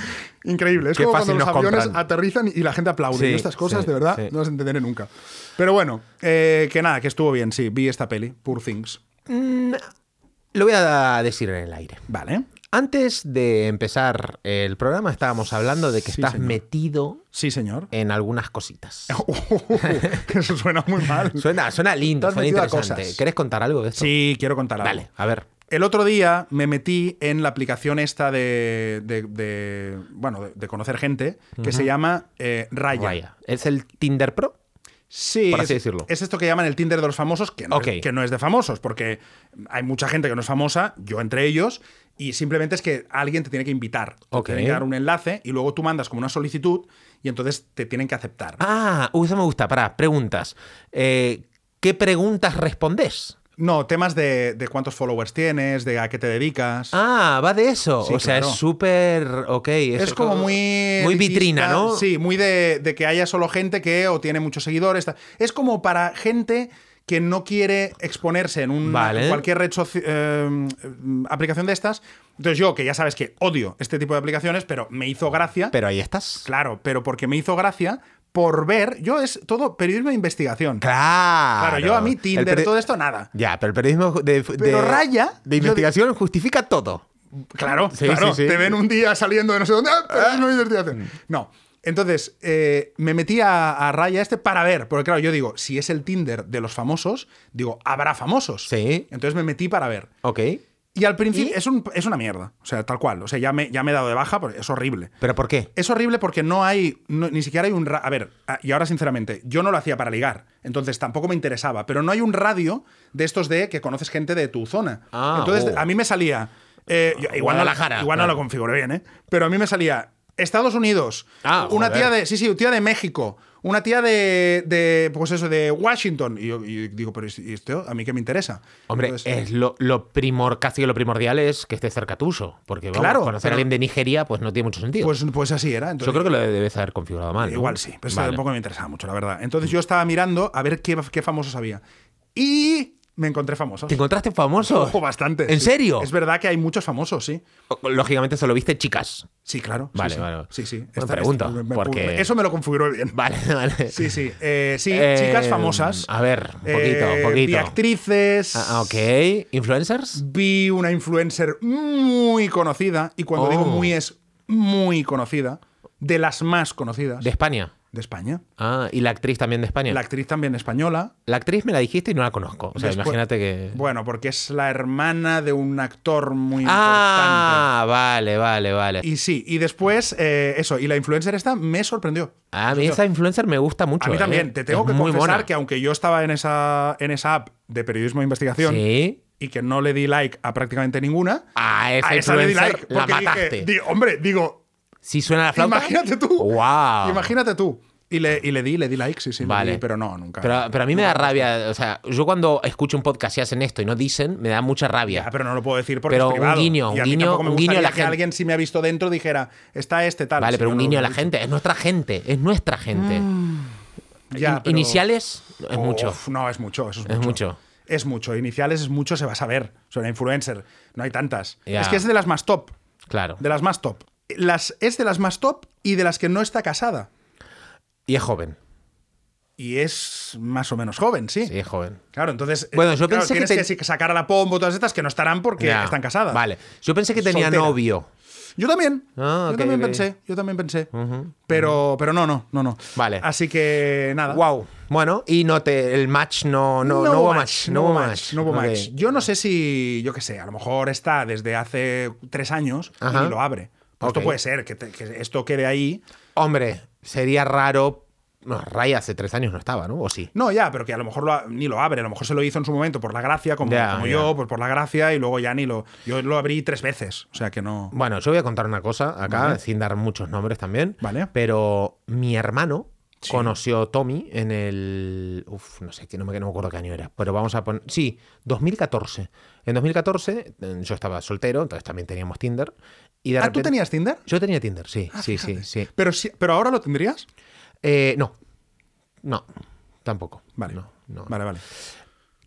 Speaker 1: Increíble. Es
Speaker 2: Qué
Speaker 1: como cuando
Speaker 2: fácil
Speaker 1: los
Speaker 2: nos
Speaker 1: aviones
Speaker 2: compran.
Speaker 1: aterrizan y la gente aplaude.
Speaker 2: Sí,
Speaker 1: Yo estas cosas,
Speaker 2: sí,
Speaker 1: de verdad,
Speaker 2: sí.
Speaker 1: no las entenderé nunca. Pero bueno, eh, que nada, que estuvo bien, sí. Vi esta peli, Poor Things.
Speaker 2: Lo voy a decir en el aire.
Speaker 1: Vale.
Speaker 2: Antes de empezar el programa, estábamos hablando de que
Speaker 1: Sí,
Speaker 2: estás
Speaker 1: señor.
Speaker 2: metido
Speaker 1: Sí, señor. Uh,
Speaker 2: en algunas cositas.
Speaker 1: eso suena muy mal.
Speaker 2: Suena, suena lindo,
Speaker 1: Estás
Speaker 2: suena
Speaker 1: metido a
Speaker 2: interesante.
Speaker 1: cosas.
Speaker 2: ¿Querés contar algo de esto?
Speaker 1: Sí, quiero contar algo.
Speaker 2: Dale, a ver.
Speaker 1: El otro día me metí en la aplicación esta de, de- de- bueno, de, de conocer gente, que se llama eh, Raya.
Speaker 2: Raya. ¿Es el Tinder Pro?
Speaker 1: Sí,
Speaker 2: por
Speaker 1: es,
Speaker 2: así decirlo.
Speaker 1: es esto que llaman el Tinder de los famosos, que no,
Speaker 2: Ok.
Speaker 1: es, que no es de famosos, porque hay mucha gente que no es famosa, yo entre ellos, y simplemente es que alguien te tiene que invitar, te
Speaker 2: Ok.
Speaker 1: tiene que dar un enlace y luego tú mandas como una solicitud y entonces te tienen que aceptar.
Speaker 2: Ah, uy, eso me gusta. Pará, preguntas. Eh, ¿Qué preguntas respondés?
Speaker 1: No, temas de, de cuántos followers tienes, de a qué te dedicas.
Speaker 2: Ah, va de eso.
Speaker 1: Sí,
Speaker 2: o sea,
Speaker 1: claro.
Speaker 2: es súper. Ok.
Speaker 1: Es, como muy.
Speaker 2: Muy
Speaker 1: elitista,
Speaker 2: vitrina, ¿no?
Speaker 1: Sí, muy de, de que haya solo gente que o tiene muchos seguidores. tal. Es como para gente que no quiere exponerse en un
Speaker 2: Vale.
Speaker 1: en cualquier red soci- eh, aplicación de estas. Entonces, yo, que ya sabes que odio este tipo de aplicaciones, pero me hizo gracia.
Speaker 2: Pero ahí estás.
Speaker 1: claro, pero porque me hizo gracia por ver. Yo es todo periodismo de investigación.
Speaker 2: Claro.
Speaker 1: Claro, yo a mí
Speaker 2: El
Speaker 1: Tinder,
Speaker 2: peri-
Speaker 1: todo esto, nada.
Speaker 2: Ya, pero el periodismo de, de-
Speaker 1: Pero Raya,
Speaker 2: de
Speaker 1: yo-
Speaker 2: investigación justifica todo.
Speaker 1: Claro,
Speaker 2: Sí,
Speaker 1: claro.
Speaker 2: sí, sí.
Speaker 1: Te ven un día saliendo de no sé dónde. ¡Ah, pero es muy investigación! No. Entonces, eh, me metí a, a raya este para ver, porque claro, yo digo, si es el Tinder de los famosos, digo, habrá famosos.
Speaker 2: Sí.
Speaker 1: Entonces me metí para ver.
Speaker 2: Ok.
Speaker 1: Y al principio es, un- es una mierda, o sea, tal cual. O sea, ya me, ya me he dado de baja, porque es horrible.
Speaker 2: ¿Pero por qué?
Speaker 1: Es horrible porque no hay, no- ni siquiera hay un... ra- A ver, a- y ahora sinceramente, yo no lo hacía para ligar, entonces tampoco me interesaba, pero no hay un radio de estos de que conoces gente de tu zona.
Speaker 2: Ah,
Speaker 1: entonces
Speaker 2: oh.
Speaker 1: a mí me salía... eh, yo- igual no, la-
Speaker 2: Guadalajara,
Speaker 1: igual no
Speaker 2: claro.
Speaker 1: lo configuré bien, ¿eh? Pero a mí me salía Estados Unidos,
Speaker 2: Ah,
Speaker 1: una
Speaker 2: joder.
Speaker 1: tía de... Sí, sí, tía de México. Una tía de, de, pues eso, de Washington. Y yo, y digo, pero ¿y esto a mí qué me interesa?
Speaker 2: Hombre,
Speaker 1: Entonces-
Speaker 2: es lo, lo primor, casi que lo primordial es que esté cerca tuyo. Porque vamos,
Speaker 1: Claro,
Speaker 2: conocer
Speaker 1: pero-
Speaker 2: a alguien de Nigeria pues no tiene mucho sentido.
Speaker 1: pues, pues así era.
Speaker 2: Yo
Speaker 1: Entonces,
Speaker 2: creo que lo debes haber configurado mal. ¿no?
Speaker 1: Igual sí, pues, pero eso
Speaker 2: Vale.
Speaker 1: tampoco me interesaba mucho, la verdad. Entonces yo estaba mirando a ver qué, qué famosos había. Y me encontré famosos.
Speaker 2: ¿Te encontraste famosos?
Speaker 1: Ojo, bastante.
Speaker 2: ¿En
Speaker 1: sí.
Speaker 2: serio?
Speaker 1: Es verdad que hay muchos famosos, sí.
Speaker 2: Lógicamente solo viste chicas.
Speaker 1: Sí, claro. sí,
Speaker 2: Vale,
Speaker 1: sí.
Speaker 2: vale.
Speaker 1: Sí, sí.
Speaker 2: Buena pregunta,
Speaker 1: me- me-
Speaker 2: porque-
Speaker 1: Eso me lo configuró bien.
Speaker 2: Vale, vale.
Speaker 1: Sí, sí. Eh, sí,
Speaker 2: Eh,
Speaker 1: chicas famosas.
Speaker 2: A ver, un poquito,
Speaker 1: Eh,
Speaker 2: un poquito.
Speaker 1: Vi actrices.
Speaker 2: Ah, ok. ¿Influencers?
Speaker 1: Vi una influencer muy conocida. Y cuando
Speaker 2: Oh.
Speaker 1: digo muy es muy conocida. De las más conocidas
Speaker 2: De
Speaker 1: de,
Speaker 2: España.
Speaker 1: España.
Speaker 2: Ah, y la actriz también de España.
Speaker 1: La
Speaker 2: La,
Speaker 1: actriz también española.
Speaker 2: actriz me la dijiste y no la conozco. O sea,
Speaker 1: Después-
Speaker 2: imagínate que.
Speaker 1: Bueno, porque es la hermana de un actor muy
Speaker 2: Ah, vale, vale, vale.
Speaker 1: importante. Y sí, y después, eh, eso, y la influencer esta me sorprendió.
Speaker 2: a mí esa influencer me gusta mucho.
Speaker 1: A mí
Speaker 2: ¿eh?
Speaker 1: también, te tengo
Speaker 2: Es
Speaker 1: que
Speaker 2: muy
Speaker 1: confesar
Speaker 2: mona.
Speaker 1: que aunque yo estaba en esa, en esa app de periodismo de investigación
Speaker 2: Sí.
Speaker 1: y que no le di like a prácticamente ninguna,
Speaker 2: A esa
Speaker 1: a esa le di
Speaker 2: influencer
Speaker 1: like.
Speaker 2: la
Speaker 1: Porque
Speaker 2: mataste.
Speaker 1: dije, di- hombre, digo,
Speaker 2: si suena la flauta.
Speaker 1: imagínate tú.
Speaker 2: ¡Wow!
Speaker 1: Imagínate tú. Y le, y le di, le di like, sí, sí, le
Speaker 2: Vale.
Speaker 1: di, pero no, nunca.
Speaker 2: Pero, pero a mí me da rabia. O sea, yo cuando escucho un podcast y hacen esto y no dicen, me da mucha rabia.
Speaker 1: Ah, pero no lo puedo decir porque
Speaker 2: Pero
Speaker 1: es
Speaker 2: un
Speaker 1: privado.
Speaker 2: guiño,
Speaker 1: y
Speaker 2: un
Speaker 1: a mí
Speaker 2: guiño-
Speaker 1: tampoco me
Speaker 2: un guiño a
Speaker 1: gustaría
Speaker 2: la
Speaker 1: que
Speaker 2: gente.
Speaker 1: alguien si me ha visto dentro dijera, está este tal.
Speaker 2: vale,
Speaker 1: si
Speaker 2: pero
Speaker 1: yo
Speaker 2: un
Speaker 1: no lo
Speaker 2: guiño a la
Speaker 1: hubiera dicho.
Speaker 2: gente. Es nuestra gente. Es nuestra gente.
Speaker 1: Ya,
Speaker 2: In-
Speaker 1: pero-
Speaker 2: Iniciales es mucho.
Speaker 1: Uf, no, es mucho, eso es,
Speaker 2: Es
Speaker 1: mucho.
Speaker 2: mucho.
Speaker 1: Es mucho. Iniciales es mucho, se va a saber. Sobre influencer. No hay tantas.
Speaker 2: Ya.
Speaker 1: Es que es de las más top.
Speaker 2: Claro.
Speaker 1: De las más top. Las, es de las más top y de las que no está casada.
Speaker 2: Y es joven.
Speaker 1: Y es más o menos joven, sí.
Speaker 2: Sí, es joven.
Speaker 1: Claro, entonces.
Speaker 2: Bueno,
Speaker 1: eh,
Speaker 2: yo
Speaker 1: claro,
Speaker 2: pensé que
Speaker 1: tienes
Speaker 2: te-
Speaker 1: que, si- sacar a la pombo, todas estas que no estarán porque
Speaker 2: Ya.
Speaker 1: están casadas.
Speaker 2: Vale. Yo pensé que tenía
Speaker 1: Soltera.
Speaker 2: novio.
Speaker 1: Yo también.
Speaker 2: Ah, ok,
Speaker 1: yo también
Speaker 2: ok.
Speaker 1: pensé. Yo también pensé. Pero, pero no, no, no, no.
Speaker 2: Vale.
Speaker 1: Así que nada.
Speaker 2: Wow. Bueno, y no te, el match no, no, no hubo match.
Speaker 1: no hubo match, no hubo
Speaker 2: Ok.
Speaker 1: match. Yo no sé si, yo qué sé, a lo mejor está desde hace tres años
Speaker 2: Ajá.
Speaker 1: y ni lo abre. Pues Esto
Speaker 2: Ok.
Speaker 1: puede ser, que, te- que esto quede ahí.
Speaker 2: Hombre, sería raro. No, Raya hace tres años no estaba, ¿no? ¿O sí?
Speaker 1: No, ya, pero que a lo mejor lo ha- ni lo abre. A lo mejor se lo hizo en su momento por la gracia, como,
Speaker 2: Ya,
Speaker 1: como
Speaker 2: ya.
Speaker 1: yo, pues por la gracia, y luego ya ni lo. Yo lo abrí tres veces. O sea que no.
Speaker 2: Bueno, yo voy a contar una cosa acá, sin dar muchos nombres también.
Speaker 1: Vale.
Speaker 2: Pero mi hermano conoció a Tommy en el. Uf, no sé, que no me, no me acuerdo qué año era. Pero vamos a poner. Sí, 2014. En 2014, eh, yo estaba soltero, entonces también teníamos Tinder. Y de
Speaker 1: Ah, ¿tú
Speaker 2: repente-
Speaker 1: tenías Tinder? Ah,
Speaker 2: Yo tenía Tinder, sí, sí, sí,
Speaker 1: Fíjate.
Speaker 2: sí.
Speaker 1: Pero, sí- pero ahora lo tendrías.
Speaker 2: Eh, no. No. Tampoco.
Speaker 1: Vale.
Speaker 2: No, no.
Speaker 1: Vale, vale.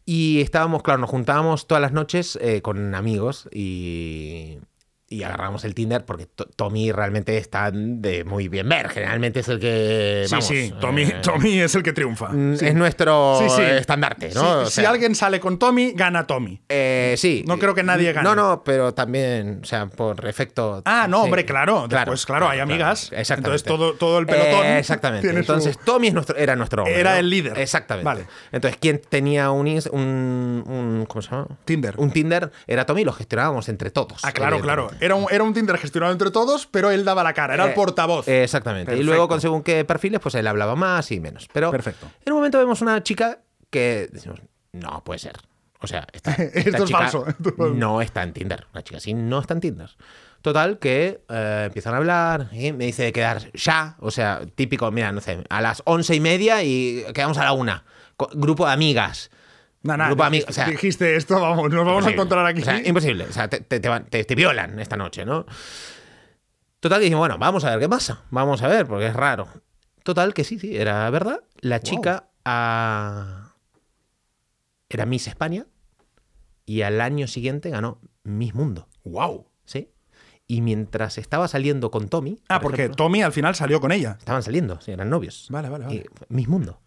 Speaker 2: Y estábamos, claro, nos juntábamos todas las noches eh, con amigos y, y agarramos el Tinder porque to- Tommy realmente está de muy bien ver. Generalmente es el que.
Speaker 1: Sí,
Speaker 2: vamos,
Speaker 1: sí, Tommy,
Speaker 2: eh,
Speaker 1: Tommy es el que triunfa.
Speaker 2: mm,
Speaker 1: Sí.
Speaker 2: Es nuestro
Speaker 1: Sí, sí.
Speaker 2: estandarte, ¿no?
Speaker 1: Sí,
Speaker 2: O
Speaker 1: si
Speaker 2: sea,
Speaker 1: alguien sale con Tommy, gana Tommy.
Speaker 2: eh, sí.
Speaker 1: No creo que nadie gane.
Speaker 2: No, no, pero también, o sea, por efecto.
Speaker 1: Ah, no,
Speaker 2: sí.
Speaker 1: hombre, claro. Después, claro, hay amigas.
Speaker 2: Exactamente.
Speaker 1: Entonces, todo- todo el pelotón
Speaker 2: Eh, exactamente.
Speaker 1: tiene su-
Speaker 2: Entonces, Tommy es nuestro, era nuestro hombre.
Speaker 1: Era
Speaker 2: ¿no?
Speaker 1: el líder.
Speaker 2: Exactamente.
Speaker 1: Vale.
Speaker 2: Entonces, quien tenía un, ins- un, un- ¿Cómo se llama?
Speaker 1: Tinder.
Speaker 2: Un Tinder era Tommy y lo gestionábamos entre todos. Eh,
Speaker 1: Ah, claro, claro.
Speaker 2: evidentemente.
Speaker 1: Era un, era un Tinder gestionado entre todos, pero él daba la cara, era el
Speaker 2: Eh,
Speaker 1: portavoz.
Speaker 2: eh, exactamente. Y
Speaker 1: Perfecto.
Speaker 2: luego, con según qué perfiles, pues él hablaba más y menos. Pero
Speaker 1: Perfecto.
Speaker 2: en un momento vemos una chica que decimos, no puede ser. O sea, esta, esta
Speaker 1: Esto es
Speaker 2: chica
Speaker 1: falso. Esto es falso.
Speaker 2: no está en Tinder. Una chica así no está en Tinder. Total, que eh, empiezan a hablar, y me dice de quedar ya, o sea, típico, mira, no sé, a las once y media y quedamos a la una. Co- Grupo de amigas.
Speaker 1: Nah, nah,
Speaker 2: grupo de amigos,
Speaker 1: dijiste,
Speaker 2: o sea,
Speaker 1: dijiste esto, vamos, nos vamos a
Speaker 2: Imposible.
Speaker 1: encontrar aquí.
Speaker 2: O sea, imposible. O sea, te, te- te van- te- te violan esta noche, ¿no? Total, que dijimos, bueno, vamos a ver qué pasa. Vamos a ver, porque es raro. Total, que sí, sí, era verdad. La chica ah, era Miss España y al año siguiente ganó Miss Mundo,
Speaker 1: wow.
Speaker 2: ¿sí? Y mientras estaba saliendo con Tommy.
Speaker 1: Ah,
Speaker 2: por
Speaker 1: porque
Speaker 2: ejemplo,
Speaker 1: Tommy al final salió con ella.
Speaker 2: Estaban saliendo, sí, eran novios.
Speaker 1: Vale, vale, vale.
Speaker 2: Y fue Miss Mundo.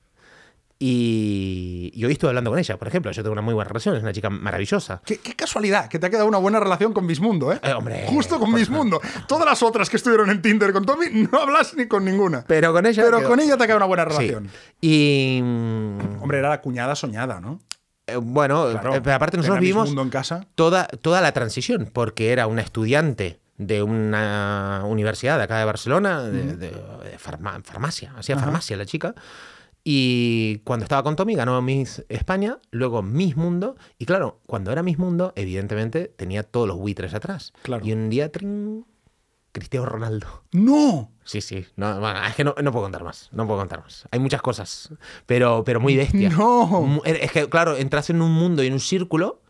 Speaker 2: Y, y hoy estuve hablando con ella, por ejemplo. Yo tengo una muy buena relación, es una chica maravillosa.
Speaker 1: Qué, qué casualidad, que te ha quedado una buena relación con Bismundo, ¿eh?
Speaker 2: Eh, hombre,
Speaker 1: Justo con
Speaker 2: por-
Speaker 1: Bismundo. Todas las otras que estuvieron en Tinder con Tommy, no hablas ni con ninguna. Pero,
Speaker 2: Pero con ella. quedó-
Speaker 1: con ella te ha quedado una buena
Speaker 2: Sí.
Speaker 1: relación.
Speaker 2: Y. mm,
Speaker 1: Hombre, era la cuñada soñada, ¿no?
Speaker 2: eh, bueno,
Speaker 1: Claro.
Speaker 2: eh, pero aparte nosotros
Speaker 1: Tenía
Speaker 2: vivimos
Speaker 1: Bismundo en casa.
Speaker 2: toda, toda la transición, porque era una estudiante de una universidad de acá de Barcelona, de, de- de farma- farmacia, hacía farmacia la chica. Y cuando estaba con Tommy ganó Miss España, luego Miss Mundo. Y claro, cuando era Miss Mundo, evidentemente tenía todos los buitres atrás.
Speaker 1: Claro.
Speaker 2: Y un día, trin, Cristiano Ronaldo.
Speaker 1: ¡No!
Speaker 2: Sí, sí. No, bueno, es que no, no puedo contar más. No puedo contar más. Hay muchas cosas, pero, pero muy bestia.
Speaker 1: No.
Speaker 2: Mu- Es que, claro, entras en un mundo y en un círculo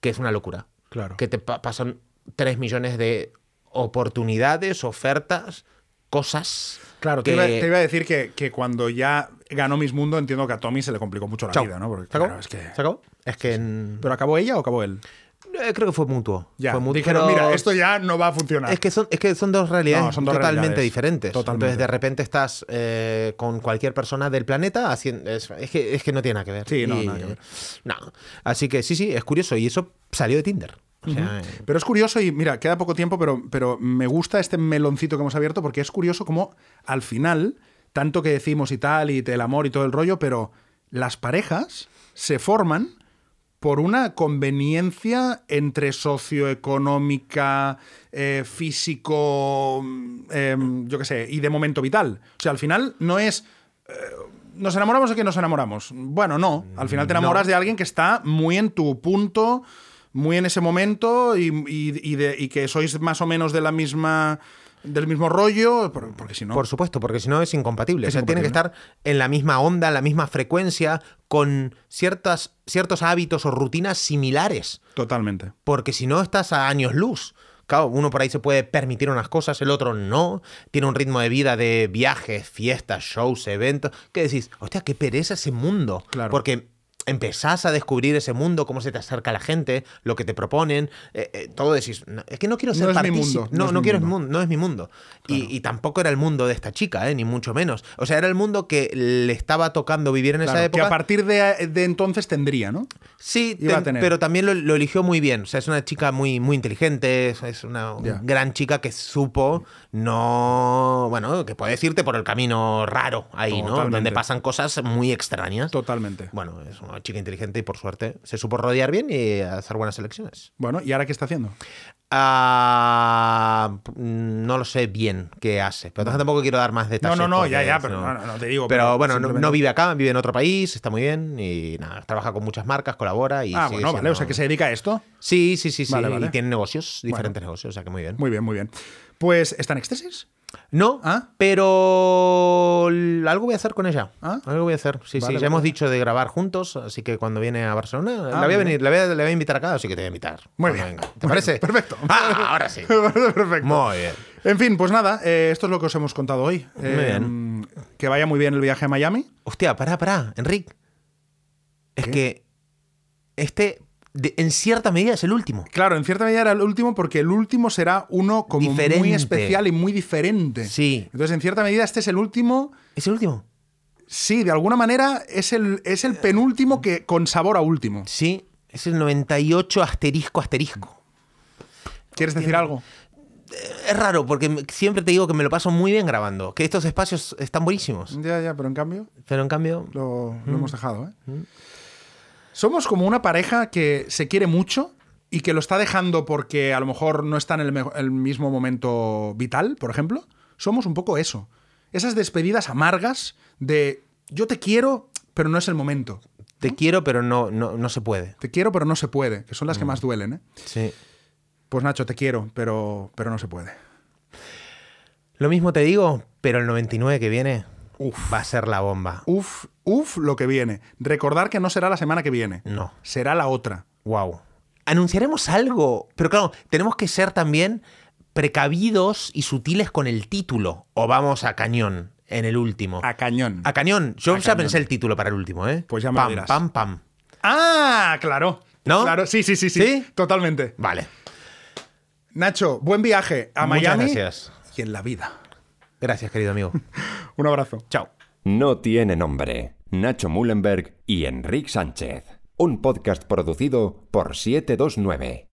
Speaker 2: que es una locura.
Speaker 1: Claro.
Speaker 2: Que te pa- pasan 3 millones de oportunidades, ofertas, cosas.
Speaker 1: Claro,
Speaker 2: que...
Speaker 1: te, iba, te iba a decir que, que cuando ya ganó Miss Mundo, entiendo que a Tommy se le complicó mucho la
Speaker 2: Chao.
Speaker 1: vida, ¿no? Porque,
Speaker 2: ¿Se acabó?
Speaker 1: claro, es que...
Speaker 2: ¿Se acabó? Es que. mm,
Speaker 1: ¿Pero acabó ella o acabó él?
Speaker 2: eh, creo que fue mutuo.
Speaker 1: Ya,
Speaker 2: Fue mutuo,
Speaker 1: dijeron,
Speaker 2: pero-
Speaker 1: mira, esto ya no va a funcionar.
Speaker 2: Es que, son, es que son dos realidades
Speaker 1: No, son dos
Speaker 2: totalmente
Speaker 1: realidades.
Speaker 2: diferentes.
Speaker 1: Totalmente.
Speaker 2: Entonces, de repente estás eh, con cualquier persona del planeta haciendo. Es, es que, es que no tiene nada que ver.
Speaker 1: Sí, no, nada que ver.
Speaker 2: no. Así que sí, sí, es curioso. Y eso salió de Tinder. O sea, eh,
Speaker 1: Pero es curioso y mira, queda poco tiempo, pero, pero me gusta este meloncito que hemos abierto porque es curioso como al final, tanto que decimos y tal, y el amor y todo el rollo, pero las parejas se forman por una conveniencia entre socioeconómica, eh, físico, mm, em, yo qué sé, y de momento vital. O sea, al final no es... ¿Nos enamoramos de que nos enamoramos? Bueno, no. Al final te
Speaker 2: Mm,
Speaker 1: enamoras de alguien que está muy en tu punto, muy en ese momento y, y- y de- y que sois más o menos de la misma, del mismo rollo, por- porque si no.
Speaker 2: Por supuesto, porque si no es incompatible.
Speaker 1: Es
Speaker 2: o sea, tiene que
Speaker 1: incompatible.
Speaker 2: estar en la misma onda, en la misma frecuencia, con ciertas, ciertos hábitos o rutinas similares.
Speaker 1: Totalmente.
Speaker 2: Porque si no, estás a años luz. Claro, uno por ahí se puede permitir unas cosas, el otro no. Tiene un ritmo de vida de viajes, fiestas, shows, eventos. ¿Qué decís? Hostia, qué pereza ese mundo.
Speaker 1: Claro.
Speaker 2: Porque empezás a descubrir ese mundo, cómo se te acerca la gente, lo que te proponen. eh, eh, todo decís, "No, es que no quiero ser
Speaker 1: No es mi
Speaker 2: partícipe".
Speaker 1: mundo,
Speaker 2: No,
Speaker 1: no es
Speaker 2: no
Speaker 1: mi
Speaker 2: quiero
Speaker 1: mundo.
Speaker 2: mu- no es mi mundo. Y- Y, tampoco era el mundo de esta chica, eh, ni mucho menos. O sea, era el mundo que le estaba tocando vivir en esa
Speaker 1: Claro, que
Speaker 2: época.
Speaker 1: a partir de, de entonces tendría, ¿no?
Speaker 2: Sí,
Speaker 1: Iba a
Speaker 2: ten-
Speaker 1: tener.
Speaker 2: pero también lo, lo eligió muy bien. O sea, es una chica muy, muy inteligente, es, es una
Speaker 1: Ya.
Speaker 2: gran chica que supo no. Bueno, que puedes irte por el camino raro ahí, ¿no?
Speaker 1: Totalmente.
Speaker 2: Donde pasan cosas muy extrañas.
Speaker 1: Totalmente.
Speaker 2: Bueno, es una chica inteligente y por suerte se supo rodear bien y hacer buenas elecciones.
Speaker 1: Bueno, ¿y ahora qué está haciendo?
Speaker 2: Ah, no lo sé bien qué hace, pero tampoco quiero dar más detalles.
Speaker 1: no, no, ya,
Speaker 2: porque
Speaker 1: ya,
Speaker 2: si
Speaker 1: pero no, no, no, te digo,
Speaker 2: Pero,
Speaker 1: pero
Speaker 2: bueno, no,
Speaker 1: simplemente-
Speaker 2: no vive acá, vive en otro país, está muy bien y nada, trabaja con muchas marcas, colabora y.
Speaker 1: ah,
Speaker 2: sigue
Speaker 1: bueno, vale,
Speaker 2: siendo-
Speaker 1: o sea, que se dedica a esto.
Speaker 2: Sí, sí, sí, sí.
Speaker 1: Vale, vale.
Speaker 2: Y tienen negocios, diferentes negocios, o sea que muy bien.
Speaker 1: Muy bien, muy bien. Pues, ¿está en éxtasis?
Speaker 2: No,
Speaker 1: ¿Ah?
Speaker 2: pero l- algo voy a hacer con ella.
Speaker 1: ¿Ah?
Speaker 2: Algo voy a hacer. Sí,
Speaker 1: Vale,
Speaker 2: sí. Ya
Speaker 1: vale.
Speaker 2: hemos dicho de grabar juntos, así que cuando viene a Barcelona,
Speaker 1: Ah,
Speaker 2: la voy a
Speaker 1: muy
Speaker 2: venir, la voy a, la voy a invitar acá, así que te voy a invitar.
Speaker 1: Muy
Speaker 2: Cuando
Speaker 1: bien.
Speaker 2: venga. ¿Te
Speaker 1: Muy
Speaker 2: parece?
Speaker 1: bien, perfecto.
Speaker 2: Ah, ahora sí.
Speaker 1: Me parece perfecto.
Speaker 2: Muy bien.
Speaker 1: En fin, pues nada, eh, esto es lo que os hemos contado hoy. Eh, que vaya muy bien el viaje a Miami.
Speaker 2: Hostia, pará, pará, Enric. Es que este de- en cierta medida es el último.
Speaker 1: Claro, en cierta medida era el último porque el último será uno como muy
Speaker 2: Diferente.
Speaker 1: especial y muy diferente.
Speaker 2: Sí.
Speaker 1: Entonces, en cierta medida, este es el último.
Speaker 2: ¿Es el último?
Speaker 1: Sí, de alguna manera es el, es el penúltimo que con sabor a último.
Speaker 2: Sí, es el 98 asterisco asterisco.
Speaker 1: ¿Quieres decir algo?
Speaker 2: Es raro porque me- siempre te digo que me lo paso muy bien grabando, que estos espacios están buenísimos.
Speaker 1: Ya, ya, pero en cambio
Speaker 2: Pero en cambio,
Speaker 1: lo, lo hemos dejado. ¿eh? Somos como una pareja que se quiere mucho y que lo está dejando porque a lo mejor no está en el, me- el mismo momento vital, por ejemplo. Somos un poco eso. Esas despedidas amargas de yo te quiero, pero no es el momento.
Speaker 2: te quiero, pero no, no, no se puede.
Speaker 1: Te quiero, pero no se puede, que son las que más duelen. ¿eh?
Speaker 2: Sí.
Speaker 1: Pues Nacho, te quiero, pero, pero no se puede.
Speaker 2: Lo mismo te digo, pero el 99 que viene va a ser la bomba.
Speaker 1: Uf, uf, lo que viene. Recordar que no será la semana que viene.
Speaker 2: No.
Speaker 1: Será la otra.
Speaker 2: Wow. Anunciaremos algo, pero claro, tenemos que ser también precavidos y sutiles con el título. O vamos a cañón en el último.
Speaker 1: A cañón.
Speaker 2: A cañón. Yo
Speaker 1: A
Speaker 2: ya
Speaker 1: cañón.
Speaker 2: pensé el título para el último, ¿eh?
Speaker 1: Pues ya me lo
Speaker 2: pam,
Speaker 1: dirás.
Speaker 2: Pam, pam.
Speaker 1: Ah, claro.
Speaker 2: ¿No?
Speaker 1: Claro, sí, sí, sí, sí.
Speaker 2: ¿Sí?
Speaker 1: Totalmente.
Speaker 2: Vale.
Speaker 1: Nacho, buen viaje a
Speaker 2: Muchas
Speaker 1: Miami
Speaker 2: gracias.
Speaker 1: y en la vida.
Speaker 2: Gracias, querido amigo.
Speaker 1: Un abrazo.
Speaker 2: Chao.
Speaker 3: No tiene nombre. Nacho Mullenberg y Enrique Sánchez. Un podcast producido por 729.